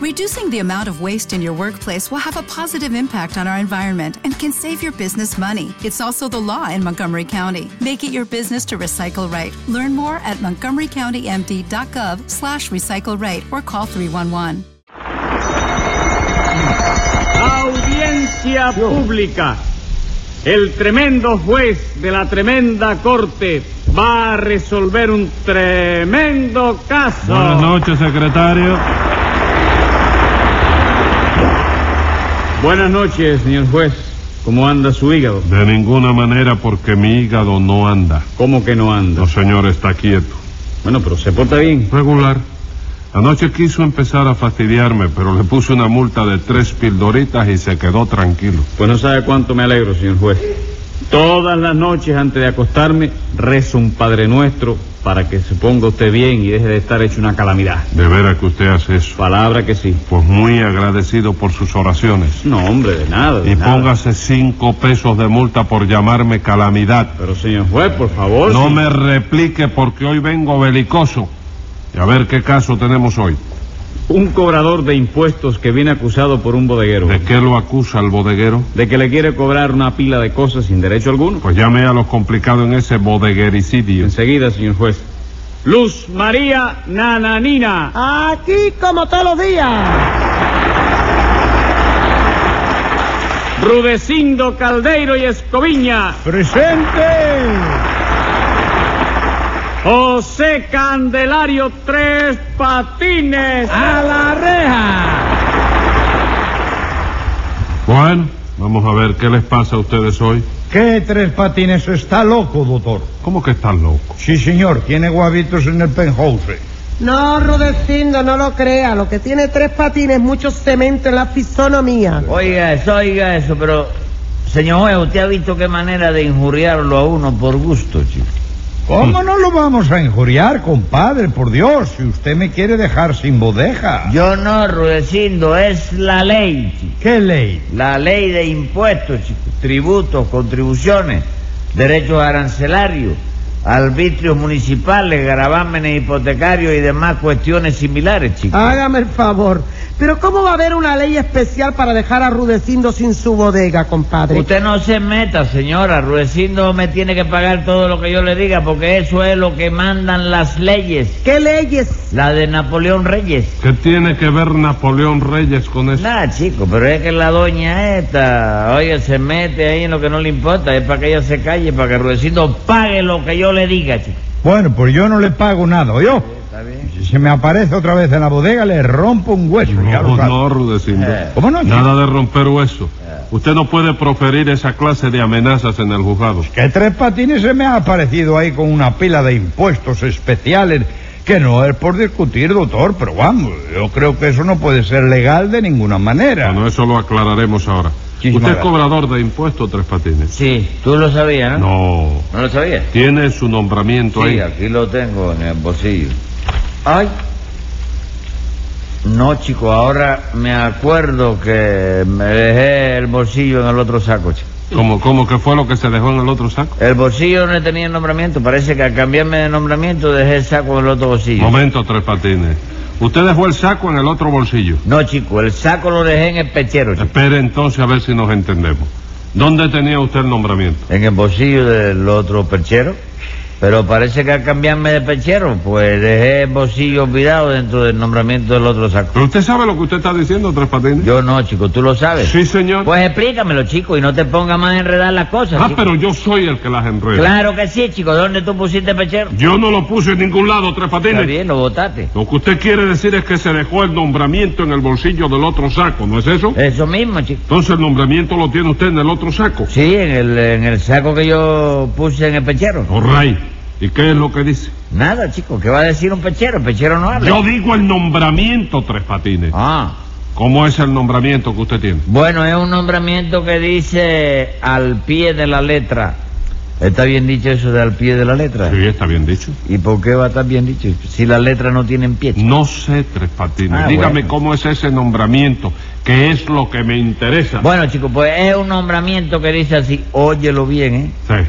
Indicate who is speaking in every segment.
Speaker 1: Reducing the amount of waste in your workplace will have a positive impact on our environment and can save your business money. It's also the law in Montgomery County. Make it your business to recycle right. Learn more at montgomerycountymd.gov slash recycle right or call 311.
Speaker 2: Audiencia pública. El tremendo juez de la tremenda corte va a resolver un tremendo caso.
Speaker 3: Buenas noches, secretario.
Speaker 2: Buenas noches, señor juez. ¿Cómo anda su hígado?
Speaker 3: De ninguna manera porque mi hígado no anda.
Speaker 2: ¿Cómo que no anda?
Speaker 3: No, señor, está quieto.
Speaker 2: Bueno, pero se porta bien.
Speaker 3: Regular. Anoche quiso empezar a fastidiarme, pero le puse una multa de tres pildoritas y se quedó tranquilo.
Speaker 2: Pues no sabe cuánto me alegro, señor juez. Todas las noches antes de acostarme rezo un Padre Nuestro para que se ponga usted bien y deje de estar hecho una calamidad.
Speaker 3: De veras que usted hace eso.
Speaker 2: Palabra que sí.
Speaker 3: Pues muy agradecido por sus oraciones.
Speaker 2: No, hombre, de nada. de
Speaker 3: Y
Speaker 2: nada.
Speaker 3: póngase cinco pesos de multa por llamarme calamidad.
Speaker 2: Pero señor juez, por favor.
Speaker 3: No
Speaker 2: si-
Speaker 3: me replique porque hoy vengo belicoso. Y a ver qué caso tenemos hoy.
Speaker 2: Un cobrador de impuestos que viene acusado por un bodeguero.
Speaker 3: ¿De qué lo acusa el bodeguero?
Speaker 2: de que le quiere cobrar una pila de cosas sin derecho alguno.
Speaker 3: Pues llame a los complicados en ese bodeguericidio.
Speaker 2: Enseguida, señor juez. Luz María Nananina.
Speaker 4: Aquí como todos los días.
Speaker 2: Rudecindo Caldeiro y Escoviña.
Speaker 4: Presente.
Speaker 2: José Candelario Tres Patines.
Speaker 4: A la reja.
Speaker 3: Bueno, vamos a ver qué les pasa a ustedes hoy.
Speaker 5: ¿Qué tres patines? Está loco, doctor.
Speaker 3: ¿Cómo que están locos?
Speaker 5: Sí, señor, tiene guavitos en el penthouse.
Speaker 4: No, Rodecindo, no lo crea. Lo que tiene tres patines, mucho cemento en la fisonomía.
Speaker 6: Oiga eso, oiga eso, pero señor juez, usted ha visto qué manera de injuriarlo a uno por gusto, chico.
Speaker 4: Mm.
Speaker 5: ¿Cómo no lo vamos a injuriar, compadre? Por Dios, si usted me quiere dejar sin bodeja.
Speaker 6: Yo no, Rudecindo, es la ley, chico.
Speaker 5: ¿Qué ley?
Speaker 6: La ley de impuestos, chico. Tributos, contribuciones, derechos arancelarios, arbitrios municipales, gravámenes hipotecarios y demás cuestiones similares, chico.
Speaker 4: Hágame el favor. Pero ¿cómo va a haber una ley especial para dejar a Rudecindo sin su bodega, compadre?
Speaker 6: Usted no se meta, señora. Rudecindo me tiene que pagar todo lo que yo le diga porque eso es lo que mandan las leyes.
Speaker 4: ¿Qué leyes?
Speaker 6: La de Napoleón Reyes.
Speaker 3: ¿Qué tiene que ver Napoleón Reyes con eso?
Speaker 6: Nada, chico, pero es que la doña esta, oye, se mete ahí en lo que no le importa, es para que ella se calle, para que Rudecindo pague lo que yo le diga, chico.
Speaker 5: Bueno, pues yo no le pago nada, yo.
Speaker 6: Está bien.
Speaker 5: Si se me aparece otra vez en la bodega, le rompo un hueso. ya lo
Speaker 3: No,
Speaker 4: pues
Speaker 5: sabe.
Speaker 3: no, Rudecindo.
Speaker 6: Eh.
Speaker 5: ¿Cómo no?
Speaker 3: Nada de romper hueso. Usted no puede proferir esa clase de amenazas en el juzgado.
Speaker 5: Que tres patines se me ha aparecido ahí con una pila de impuestos especiales. Que no es por discutir, doctor, pero vamos, yo creo que eso no puede ser legal de ninguna manera.
Speaker 3: Bueno, eso lo aclararemos ahora.
Speaker 5: Muchísimas
Speaker 3: Usted es
Speaker 5: gracias.
Speaker 3: cobrador de impuestos, Tres Patines.
Speaker 6: Sí, tú lo sabías, ¿no?
Speaker 3: No.
Speaker 6: ¿No lo sabías?
Speaker 3: Tiene su nombramiento
Speaker 6: Eh. Sí,
Speaker 3: ahí.
Speaker 6: aquí lo tengo en el bolsillo. Ay. No, chico, ahora me acuerdo que me dejé el bolsillo en el otro saco, chico.
Speaker 3: ¿Cómo, ¿Cómo que fue lo que se dejó en el otro saco?
Speaker 6: El bolsillo no tenía nombramiento, parece que al cambiarme de nombramiento dejé el saco en el otro bolsillo.
Speaker 3: Momento, Tres Patines. Usted dejó el saco en el otro bolsillo.
Speaker 6: No, chico, el saco lo dejé en el pechero, chico.
Speaker 3: Espere entonces a ver si nos entendemos. ¿Dónde tenía usted el nombramiento?
Speaker 6: En el bolsillo del otro perchero. Pero parece que al cambiarme de pechero, pues dejé el bolsillo olvidado dentro del nombramiento del otro saco.
Speaker 3: ¿Pero usted sabe lo que usted está diciendo, Tres Patines?
Speaker 6: Yo no, chico, tú lo sabes.
Speaker 3: Sí, señor.
Speaker 6: Pues explícamelo, chico, y no te pongas más a enredar las cosas.
Speaker 3: ah,
Speaker 6: chico.
Speaker 3: pero yo soy el que las enreda.
Speaker 6: Claro que sí, chico. ¿Dónde tú pusiste pechero?
Speaker 3: Yo no lo puse en ningún lado, Tres Patines.
Speaker 6: Está bien, lo votaste.
Speaker 3: Lo que usted quiere decir es que se dejó el nombramiento en el bolsillo del otro saco, ¿no es eso?
Speaker 6: Eso mismo, chico.
Speaker 3: Entonces el nombramiento lo tiene usted en el otro saco.
Speaker 6: Sí, en el, en el saco que yo puse en el pechero.
Speaker 3: Orray, Oh, ¿y qué es lo que dice?
Speaker 6: Nada, chico. ¿Qué va a decir un pechero? El pechero no habla.
Speaker 3: Yo digo el nombramiento, Tres Patines.
Speaker 6: Ah.
Speaker 3: ¿Cómo es el nombramiento que usted tiene?
Speaker 6: Bueno, es un nombramiento que dice al pie de la letra. ¿Está bien dicho eso de al pie de la letra?
Speaker 3: Sí, está bien dicho.
Speaker 6: ¿Y por qué va a estar bien dicho? Si las letras no tienen pie. chico.
Speaker 3: No sé, Tres Patines.
Speaker 6: Ah,
Speaker 3: Dígame
Speaker 6: bueno.
Speaker 3: cómo es ese nombramiento, que es lo que me interesa.
Speaker 6: Bueno, chicos, pues es un nombramiento que dice así. Óyelo bien, ¿eh?
Speaker 3: Sí.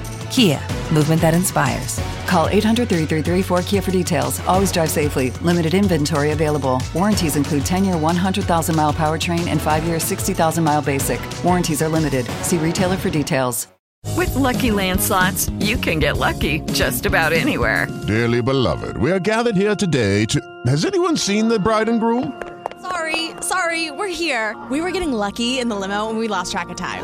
Speaker 7: Kia, movement that inspires.
Speaker 8: Call 800 333 4KIA for details. Always drive safely. Limited inventory available. Warranties include 10 year 100,000 mile powertrain and 5 year 60,000 mile basic. Warranties are limited. See retailer for details.
Speaker 9: With Lucky Land slots, you can get lucky just about anywhere.
Speaker 10: Dearly beloved, we are gathered here today to. Has anyone seen the bride and groom?
Speaker 11: Sorry, sorry, we're here. We were getting lucky in the limo and we lost track of time.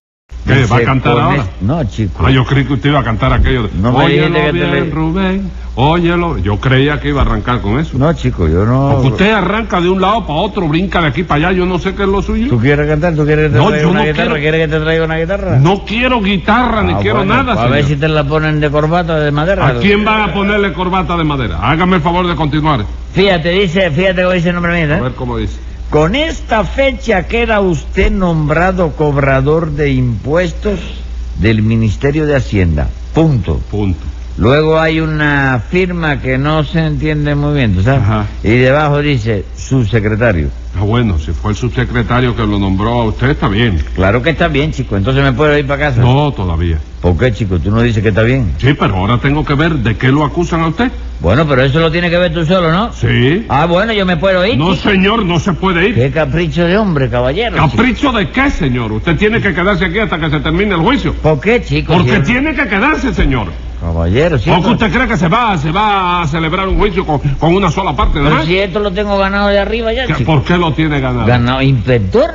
Speaker 3: ¿Qué? ¿Va a
Speaker 6: Dice,
Speaker 3: cantar
Speaker 6: "Con
Speaker 3: ahora?
Speaker 6: es-" No, chico.
Speaker 3: Ah, yo creí que usted iba a cantar aquello de...
Speaker 6: No me
Speaker 3: óyelo
Speaker 6: dijiste que te
Speaker 3: bien,
Speaker 6: le-
Speaker 3: Rubén, óyelo. Yo creía que iba a arrancar con eso.
Speaker 6: No, chico, yo no.
Speaker 3: Porque pues usted arranca de un lado para otro, brinca de aquí para allá, yo no sé qué es lo suyo.
Speaker 6: ¿Tú quieres cantar? ¿Tú quieres que te
Speaker 3: No,
Speaker 6: traiga
Speaker 3: yo
Speaker 6: una
Speaker 3: no
Speaker 6: guitarra?
Speaker 3: quiero-
Speaker 6: ¿Quieres que te traiga una guitarra?
Speaker 3: No quiero guitarra ni
Speaker 6: Ah,
Speaker 3: quiero
Speaker 6: bueno,
Speaker 3: nada,
Speaker 6: A ver si
Speaker 3: señor.
Speaker 6: te la ponen de corbata de madera.
Speaker 3: ¿A quién van a ponerle corbata de madera? Hágame el favor de continuar.
Speaker 6: Fíjate, dice, fíjate cómo dice el nombramiento.
Speaker 3: A
Speaker 6: ¿eh?
Speaker 3: ver cómo dice.
Speaker 6: Con esta fecha queda usted nombrado cobrador de impuestos del Ministerio de Hacienda. Punto.
Speaker 3: Punto.
Speaker 6: Luego hay una firma que no se entiende muy bien, ¿tú ¿sabes?
Speaker 3: Ajá.
Speaker 6: Y debajo dice subsecretario.
Speaker 3: Ah, bueno, si fue el subsecretario que lo nombró a usted, está bien.
Speaker 6: Claro que está bien, chico. Entonces me puedo ir para casa.
Speaker 3: No, todavía.
Speaker 6: ¿Por qué, chico? ¿Tú no dices que está bien?
Speaker 3: Sí, pero ahora tengo que ver de qué lo acusan a usted.
Speaker 6: Bueno, pero eso lo tiene que ver tú solo, ¿no?
Speaker 3: Sí.
Speaker 6: Ah, bueno, yo me puedo ir.
Speaker 3: No,
Speaker 6: chico.
Speaker 3: señor, no se puede ir.
Speaker 6: Qué capricho de hombre, caballero. chico.
Speaker 3: ¿Capricho de qué, señor? Usted tiene que quedarse aquí hasta que se termine el juicio.
Speaker 6: ¿Por qué, chico?
Speaker 3: Porque
Speaker 6: Si-
Speaker 3: tiene que quedarse, señor.
Speaker 6: Caballero, sí.
Speaker 3: ¿O que
Speaker 6: pero-
Speaker 3: usted cree que se va, se va a celebrar un juicio con, con una sola parte de
Speaker 6: Pero
Speaker 3: más?
Speaker 6: si esto lo tengo ganado de arriba ya,
Speaker 3: ¿Qué-
Speaker 6: chico.
Speaker 3: ¿Por qué lo tiene ganado?
Speaker 6: Ganado, inspector.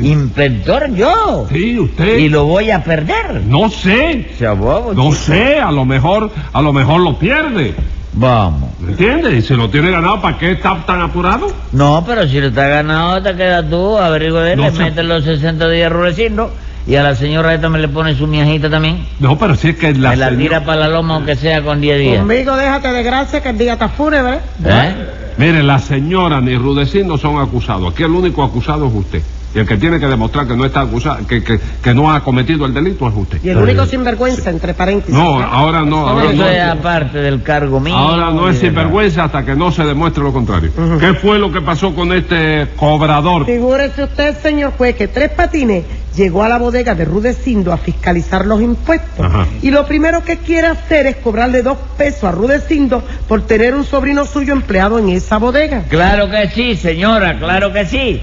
Speaker 6: Inspector yo.
Speaker 3: Sí, usted.
Speaker 6: Y lo voy a perder.
Speaker 3: No sé.
Speaker 6: Sea bobo,
Speaker 3: No
Speaker 6: chico.
Speaker 3: sé, a lo mejor, a lo mejor lo pierde.
Speaker 6: Vamos.
Speaker 3: ¿Me entiende? Y si lo tiene ganado, ¿para qué está tan apurado?
Speaker 6: No, pero si lo está ganado, te quedas tú, abrigo de él,
Speaker 3: No
Speaker 6: le
Speaker 3: sé.
Speaker 6: metes los 60 días rulecindo y a la señora esta me le pone su miajita también.
Speaker 3: No, pero si es que la,
Speaker 6: me la
Speaker 3: señora-
Speaker 6: tira para la loma aunque sea con 10 días.
Speaker 4: Conmigo déjate de gracia que el día está fúnebre.
Speaker 6: ¿Eh?
Speaker 3: Mire, la señora ni Rudecindo son acusados. Aquí el único acusado es usted. Y el que tiene que demostrar que no está acusado, que, que, que no ha cometido el delito es usted.
Speaker 4: Y el único sinvergüenza, entre paréntesis.
Speaker 3: No, ahora no, ahora
Speaker 6: Eso
Speaker 3: no.
Speaker 6: es aparte del cargo mío.
Speaker 3: Ahora no es
Speaker 6: y demás.
Speaker 3: sinvergüenza hasta que no se demuestre lo contrario. ¿Qué fue lo que pasó con este cobrador?
Speaker 4: Figúrese usted, señor juez, que Tres Patines llegó a la bodega de Rudecindo a fiscalizar los impuestos.
Speaker 3: Ajá.
Speaker 4: Y lo primero que quiere hacer es cobrarle dos pesos a Rudecindo por tener un sobrino suyo empleado en esa bodega.
Speaker 6: Claro que sí, señora, claro que sí.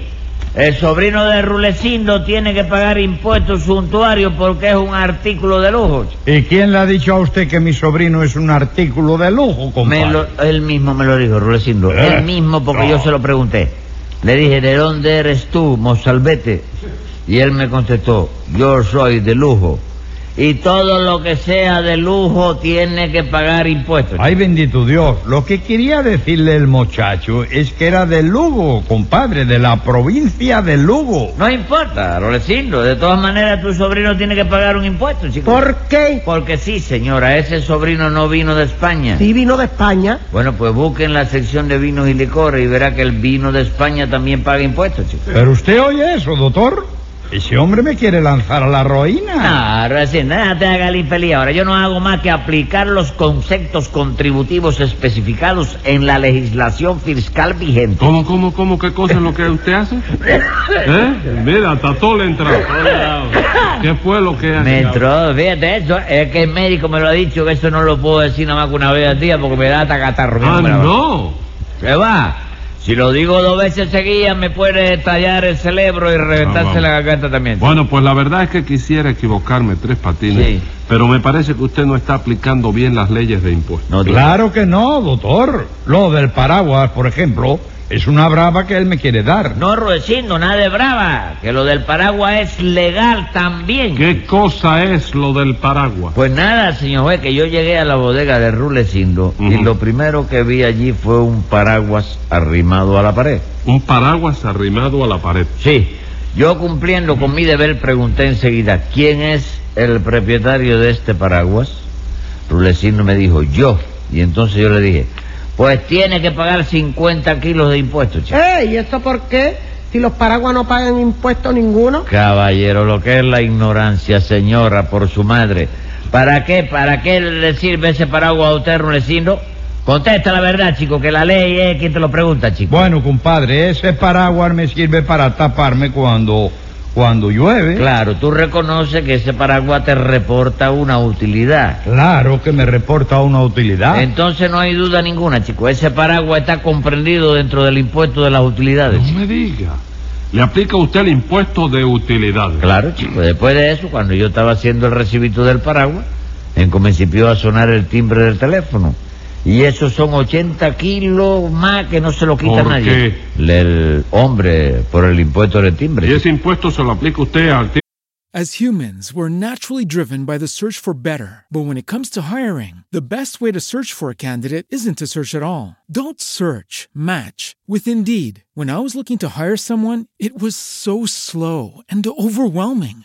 Speaker 6: El sobrino de Rulecindo tiene que pagar impuestos suntuarios porque es un artículo de lujo.
Speaker 5: ¿Y quién le ha dicho a usted que mi sobrino es un artículo de lujo, compadre?
Speaker 6: Me lo- él mismo me lo dijo, Rulecindo.
Speaker 5: Eh,
Speaker 6: Él mismo, porque yo se lo pregunté. Le dije, ¿de dónde eres tú, Mozalbete? Y él me contestó, yo soy de lujo. Y todo lo que sea de lujo tiene que pagar impuestos.
Speaker 5: Ay, bendito Dios. Lo que quería decirle el muchacho es que era de Lugo, compadre, de la provincia de Lugo.
Speaker 6: No importa, Rulecindo. De todas maneras, tu sobrino tiene que pagar un impuesto, chico.
Speaker 4: ¿Por qué?
Speaker 6: Porque sí, señora, ese sobrino no vino de España.
Speaker 4: Sí vino de España.
Speaker 6: Bueno, pues busquen la sección de vinos y licores y verá que el vino de España también paga impuestos, chico.
Speaker 5: Pero usted oye eso, doctor. Ese hombre me quiere lanzar a la ruina.
Speaker 3: Ah.
Speaker 6: No, Ah, recién, nada te haga el infeliz ahora. Yo no hago más que aplicar los conceptos contributivos especificados en la legislación fiscal vigente.
Speaker 3: ¿Cómo, cómo, cómo? ¿Qué cosa es lo que usted hace? ¿Eh? Mira, hasta todo le entra. ¿Qué fue lo que
Speaker 6: Me entró, fíjate eso, es que el médico me lo ha dicho que eso no lo puedo decir nada más que una vez al día porque me da hasta catarro.
Speaker 3: Ah,
Speaker 6: Mira,
Speaker 3: no.
Speaker 6: Se va. Si lo digo dos veces seguidas me puede estallar el cerebro y
Speaker 3: Ah,
Speaker 6: reventarse
Speaker 3: vamos.
Speaker 6: la garganta también.
Speaker 3: Bueno, pues la verdad es que quisiera equivocarme, Tres Patines,
Speaker 6: Sí.
Speaker 3: pero me parece que usted no está aplicando bien las leyes de impuestos.
Speaker 6: No,
Speaker 5: Claro que no, doctor. Lo del paraguas, por ejemplo, es una brava que él me quiere dar.
Speaker 6: No, Ruedecindo, nada de brava, que lo del paraguas es legal también.
Speaker 3: ¿Qué cosa es lo del paraguas?
Speaker 6: Pues nada, señor juez, que yo llegué a la bodega de Rulecindo y
Speaker 3: Ujú.
Speaker 6: lo primero que vi allí fue un paraguas arrimado a la pared.
Speaker 3: Un paraguas arrimado a la pared.
Speaker 6: Sí, yo cumpliendo con mi deber pregunté enseguida, ¿quién es el propietario de este paraguas? Rulecindo me dijo, yo. Y entonces yo le dije, pues tiene que pagar 50 kilos de impuestos, chico.
Speaker 4: ¡Eh! ¿Y eso por qué? Si los paraguas no pagan impuestos ninguno.
Speaker 6: Caballero, lo que es la ignorancia, señora, por su madre. ¿Para qué, para qué le sirve ese paraguas a usted, Rulecindo? Contesta la verdad, chico, que la ley es quien te lo pregunta, chico.
Speaker 5: Bueno, compadre, ese paraguas me sirve para taparme cuando, cuando llueve.
Speaker 6: Claro, tú reconoces que ese paraguas te reporta una utilidad.
Speaker 5: Claro que me reporta una utilidad.
Speaker 6: Entonces no hay duda ninguna, chico. Ese paraguas está comprendido dentro del impuesto de las utilidades.
Speaker 3: No
Speaker 6: chico.
Speaker 3: me diga. Le aplica usted el impuesto de utilidades.
Speaker 6: Claro, chico. Pues Después de eso, cuando yo estaba haciendo el recibito del paraguas, en comenzó a sonar el timbre del teléfono. Y esos son 80 kilos más que no se lo quita
Speaker 3: ¿Por
Speaker 6: nadie. Le- El hombre, por el impuesto del timbre.
Speaker 3: Y ese impuesto se lo aplica usted al ti-
Speaker 12: As humans, we're naturally driven by the search for better. But when it comes to hiring, the best way to search for a candidate isn't to search at all. Don't search, match with Indeed. When I was looking to hire someone, it was so slow and overwhelming.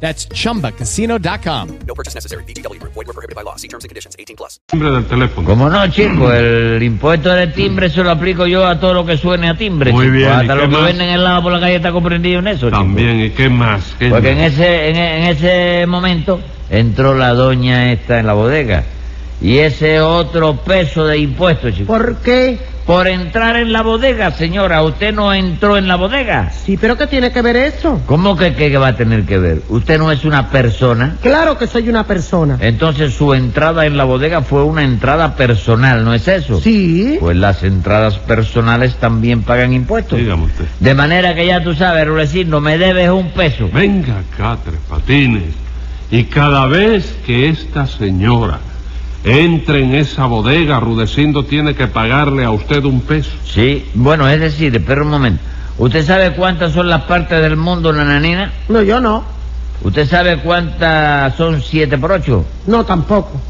Speaker 13: That's chumbacasino.com.
Speaker 14: No purchase necessary. VGW Group. Void were prohibited by law. See terms and conditions. 18 plus.
Speaker 3: Timbre del teléfono.
Speaker 6: Como no, chico, el impuesto del timbre se lo aplico yo a todo lo que suene a timbre.
Speaker 3: Muy
Speaker 6: chico.
Speaker 3: bien, ¿y
Speaker 6: Hasta
Speaker 3: qué
Speaker 6: lo que
Speaker 3: más?
Speaker 6: venden helado por la calle está comprendido en eso. chico.
Speaker 3: Pues También, ¿y qué más? ¿Qué
Speaker 6: Porque en
Speaker 3: más?
Speaker 6: ese, en, e- en ese momento entró la doña esta en la bodega. Y ese otro peso de impuestos, chico.
Speaker 4: ¿Por qué?
Speaker 6: Por entrar en la bodega, señora. Usted no entró en la bodega.
Speaker 4: Sí, pero ¿qué tiene que ver eso?
Speaker 6: ¿Cómo que qué va a tener que ver? Usted no es una persona.
Speaker 4: Claro que soy una persona.
Speaker 6: Entonces su entrada en la bodega fue una entrada personal, ¿no es eso?
Speaker 4: Sí.
Speaker 6: Pues las entradas personales también pagan impuestos.
Speaker 3: Dígame usted.
Speaker 6: De manera que ya tú sabes, Rulecino, me debes un peso.
Speaker 3: Venga acá, Tres Patines. Y cada vez que esta señora entre en esa bodega, Rudecindo tiene que pagarle a usted un peso.
Speaker 6: Sí, bueno, es decir, espera un momento. ¿Usted sabe cuántas son las partes del mundo, nananina?
Speaker 4: No, yo no.
Speaker 6: ¿Usted sabe cuántas son siete por ocho?
Speaker 4: No, tampoco.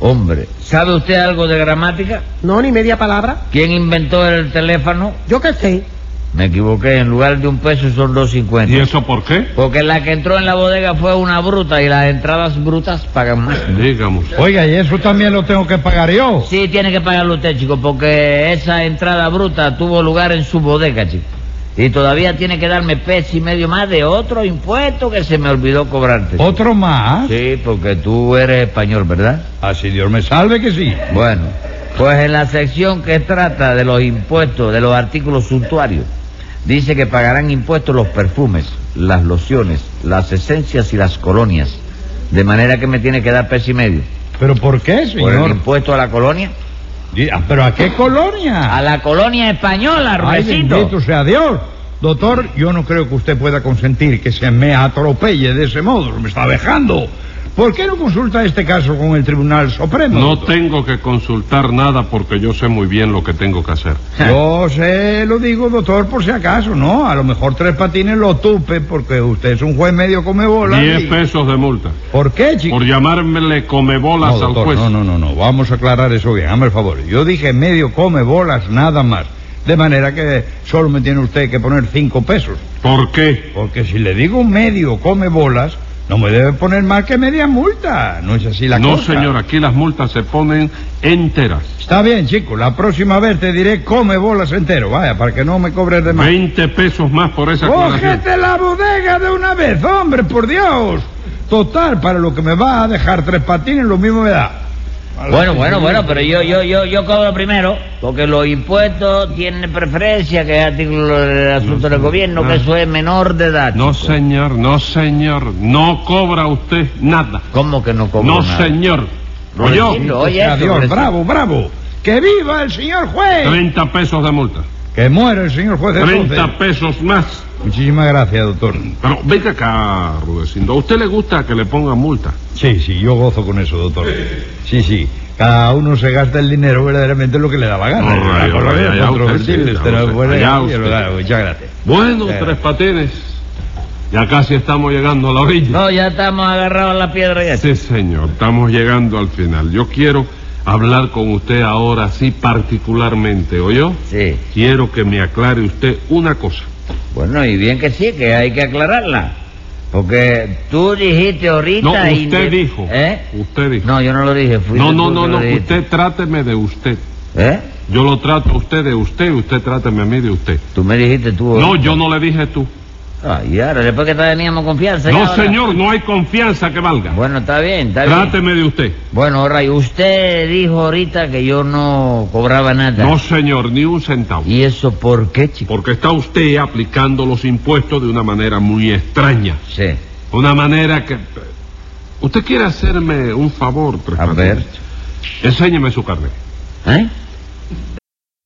Speaker 6: Hombre, ¿sabe usted algo de gramática?
Speaker 4: No, ni media palabra.
Speaker 6: ¿Quién inventó el teléfono?
Speaker 4: Yo qué sé.
Speaker 6: Me equivoqué, en lugar de un peso son dos cincuenta.
Speaker 3: ¿Y eso por qué?
Speaker 6: Porque la que entró en la bodega fue una bruta y las entradas brutas pagan más.
Speaker 3: Dígame usted.
Speaker 5: Oiga, y eso también lo tengo que pagar yo.
Speaker 6: Sí, tiene que pagarlo usted, chico, porque esa entrada bruta tuvo lugar en su bodega, chico. Y todavía tiene que darme peso y medio más de otro impuesto que se me olvidó cobrarte.
Speaker 5: ¿Otro más?
Speaker 6: Sí, porque tú eres español, ¿verdad?
Speaker 5: Así Dios me salve que sí.
Speaker 6: Bueno, pues en la sección que trata de los impuestos, de los artículos suntuarios, dice que pagarán impuestos los perfumes, las lociones, las esencias y las colonias. De manera que me tiene que dar peso y medio.
Speaker 5: ¿Pero por qué,
Speaker 6: Por el
Speaker 5: señor?
Speaker 6: impuesto a la colonia.
Speaker 5: Di- ah, ¿Pero a qué colonia?
Speaker 6: A la colonia española,
Speaker 5: Ah. Ay,
Speaker 6: Rudecindo.
Speaker 5: bendito sea Dios. Doctor, yo no creo que usted pueda consentir que se me atropelle de ese modo. Me está dejando. ¿Por qué no consulta este caso con el Tribunal Supremo?
Speaker 3: No
Speaker 5: doctor?
Speaker 3: tengo que consultar nada porque yo sé muy bien lo que tengo que hacer.
Speaker 5: Yo se lo digo, doctor, por si acaso, ¿no? A lo mejor tres patines lo tupe porque usted es un juez medio come bola.
Speaker 3: Diez pesos de multa.
Speaker 5: ¿Por qué, chico?
Speaker 3: Por llamármele comebolas
Speaker 5: no,
Speaker 3: al
Speaker 5: doctor,
Speaker 3: juez.
Speaker 5: no, no, no, no, vamos a aclarar eso bien, hazme el favor. Yo dije medio come bolas, nada más. De manera que solo me tiene usted que poner cinco pesos.
Speaker 3: ¿Por qué?
Speaker 5: Porque si le digo medio come bolas, no me debe poner más que media multa. No es así la
Speaker 3: no,
Speaker 5: cosa.
Speaker 3: señor, aquí las multas se ponen enteras.
Speaker 5: Está bien, chico, la próxima vez te diré come bolas entero, vaya, para que no me cobres de más.
Speaker 3: Veinte pesos más por esa aclaración.
Speaker 5: ¡Cógete la bodega de una vez, hombre, por Dios! Total, para lo que me va a dejar tres patines, lo mismo me da.
Speaker 6: Bueno, bueno, bueno, pero yo, yo, yo, yo cobro primero, porque los impuestos tienen preferencia, que es artículo del asunto del gobierno, que eso es menor de edad.
Speaker 3: No,
Speaker 6: chico.
Speaker 3: señor, no, señor. No cobra usted nada.
Speaker 6: ¿Cómo que no cobro
Speaker 3: No,
Speaker 6: nada?
Speaker 3: señor. este
Speaker 6: Rudecindo,
Speaker 3: Oyó,
Speaker 6: oye eso,
Speaker 5: Adiós,
Speaker 6: Rudecindo.
Speaker 5: bravo, bravo. ¡Que viva el señor juez!
Speaker 3: 30 pesos de multa.
Speaker 5: Que muera el señor juez de
Speaker 3: 30
Speaker 5: entonces.
Speaker 3: pesos más.
Speaker 5: Muchísimas gracias, doctor.
Speaker 3: Pero venga acá, Rudecindo. ¿A usted le gusta que le pongan multa?
Speaker 5: Sí, sí, yo gozo con eso, doctor. Sí, sí. Cada uno se gasta el dinero verdaderamente lo que le da la gana.
Speaker 3: No,
Speaker 5: Una
Speaker 3: rayos,
Speaker 5: cosa
Speaker 3: rayos,
Speaker 5: que es
Speaker 3: ya
Speaker 5: controvertible,
Speaker 3: usted, ya
Speaker 5: usted no
Speaker 3: usted,
Speaker 5: puede-
Speaker 3: ya usted.
Speaker 5: Muchas gracias.
Speaker 3: Bueno,
Speaker 5: Claro.
Speaker 3: Tres Patines. Ya casi estamos llegando a la orilla.
Speaker 6: No, ya estamos agarrados a la piedra ya.
Speaker 3: Sí, señor, estamos llegando al final. Yo quiero hablar con usted ahora, sí, particularmente, ¿oyó?
Speaker 6: Sí.
Speaker 3: Quiero que me aclare usted una cosa.
Speaker 6: Bueno, y bien que sí, que hay que aclararla. Porque tú dijiste ahorita...
Speaker 3: No,
Speaker 6: y-
Speaker 3: usted dijo.
Speaker 6: ¿Eh?
Speaker 3: Usted dijo.
Speaker 6: No, yo no lo dije. fui
Speaker 3: No,
Speaker 6: tú
Speaker 3: no,
Speaker 6: que
Speaker 3: no,
Speaker 6: lo
Speaker 3: no,
Speaker 6: dijiste.
Speaker 3: usted tráteme de usted.
Speaker 6: ¿Eh?
Speaker 3: Yo lo trato a usted de usted y usted tráteme a mí de usted.
Speaker 6: Tú me dijiste tú...
Speaker 3: No, yo no le dije tú.
Speaker 6: Ah, y ahora, después que teníamos confianza... ya
Speaker 3: No,
Speaker 6: ahora.
Speaker 3: señor, no hay confianza que valga.
Speaker 6: Bueno, está bien, está bien.
Speaker 3: Tráteme de usted.
Speaker 6: Bueno, Ray, usted dijo ahorita que yo no cobraba nada.
Speaker 3: No, señor, ni un centavo.
Speaker 6: ¿Y eso por qué, chico?
Speaker 3: Porque está usted aplicando los impuestos de una manera muy extraña.
Speaker 6: Sí.
Speaker 3: Una manera que... ¿Usted quiere hacerme un favor, Tres
Speaker 6: A
Speaker 3: Patines?
Speaker 6: ver.
Speaker 3: Enséñeme su carnet.
Speaker 6: ¿Eh?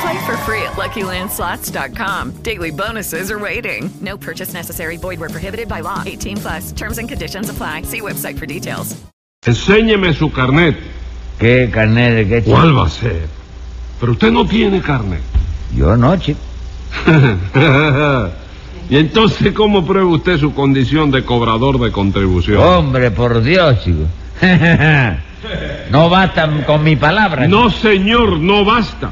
Speaker 9: Play for free at LuckyLandSlots.com. Daily bonuses are waiting. No purchase necessary. Void where prohibited by law. 18 plus. Terms and conditions apply. See website for details.
Speaker 3: Enséñeme su carnet.
Speaker 6: ¿Qué carnet de qué chico?
Speaker 3: ¿Cuál va a ser? Pero usted no tiene carnet.
Speaker 6: Yo no, chico.
Speaker 3: y entonces, ¿cómo prueba usted su condición de cobrador de contribución?
Speaker 6: Hombre, por Dios, chico. no basta con mi palabra. chico.
Speaker 3: No, señor, no basta.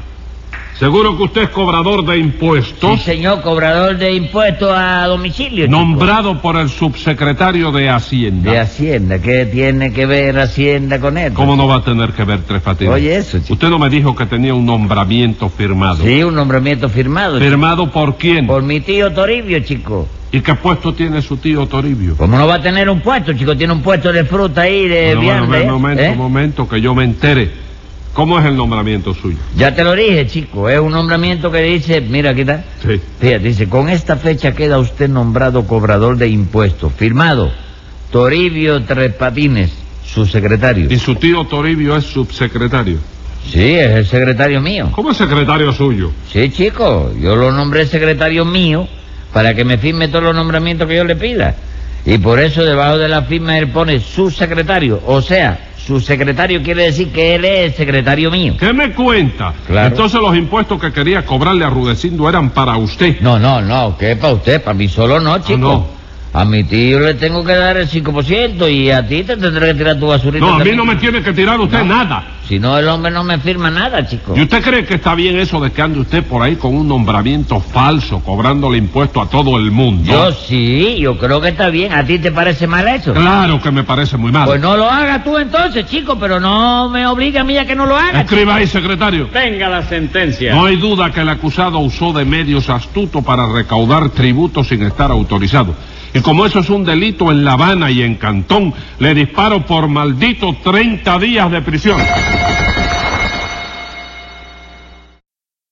Speaker 3: Seguro que usted es cobrador de
Speaker 6: Sí,
Speaker 3: impuestos,
Speaker 6: señor, cobrador de impuestos a domicilio. chico.
Speaker 3: nombrado por el subsecretario de Hacienda.
Speaker 6: De Hacienda. ¿Qué tiene que ver Hacienda con esto?
Speaker 3: ¿Cómo no va a tener que ver Tres Patines?
Speaker 6: Oye, eso, chico.
Speaker 3: Usted no me dijo que tenía un nombramiento firmado.
Speaker 6: Sí, un nombramiento firmado. chico.
Speaker 3: ¿Firmado por quién?
Speaker 6: Por mi tío Toribio, chico.
Speaker 3: ¿Y qué puesto tiene su tío Toribio?
Speaker 6: ¿Cómo no va a tener un puesto, chico? Tiene un puesto de fruta ahí, de
Speaker 3: Bueno, bueno,
Speaker 6: vianda.
Speaker 3: bueno,
Speaker 6: ¿eh?
Speaker 3: un momento,
Speaker 6: ¿Eh?
Speaker 3: un momento, que yo me entere. ¿Cómo es el nombramiento suyo?
Speaker 6: Ya te lo dije, chico. Es un nombramiento que dice, mira, aquí está.
Speaker 3: Sí.
Speaker 6: Fíjate, dice, con esta fecha queda usted nombrado cobrador de impuestos. Firmado, Toribio Tres Patines, su secretario.
Speaker 3: ¿Y su tío Toribio es subsecretario?
Speaker 6: Sí, es el secretario mío.
Speaker 3: ¿Cómo es secretario suyo?
Speaker 6: Sí, chico, yo lo nombré secretario mío para que me firme todos los nombramientos que yo le pida. Y por eso debajo de la firma él pone su secretario. O sea, su secretario quiere decir que él es el secretario mío.
Speaker 3: ¿Qué me cuenta?
Speaker 6: Claro.
Speaker 3: Entonces los impuestos que quería cobrarle a Rudecindo eran para usted.
Speaker 6: No, no, no, que es para usted, para mí solo no, chico.
Speaker 3: Ah, no.
Speaker 6: A mi tío le tengo que dar el 5% y a ti te tendré que tirar tu basurita.
Speaker 3: No, a mí
Speaker 6: también.
Speaker 3: no me tiene que tirar usted nada.
Speaker 6: Si no, el hombre no me firma nada, chico.
Speaker 3: ¿Y usted cree que está bien eso de que ande usted por ahí con un nombramiento falso, cobrándole impuesto a todo el mundo?
Speaker 6: Yo sí, yo creo que está bien. ¿A ti te parece mal eso?
Speaker 3: Claro que me parece muy mal.
Speaker 6: Pues no lo hagas tú entonces, chico, pero no me obliga a mí a que no lo hagas.
Speaker 3: Escriba ahí, secretario.
Speaker 2: Tenga la sentencia.
Speaker 3: No hay duda que el acusado usó de medios astutos para recaudar tributos sin estar autorizado. Y como eso es un delito en La Habana y en Cantón, le disparo por maldito 30 días de prisión.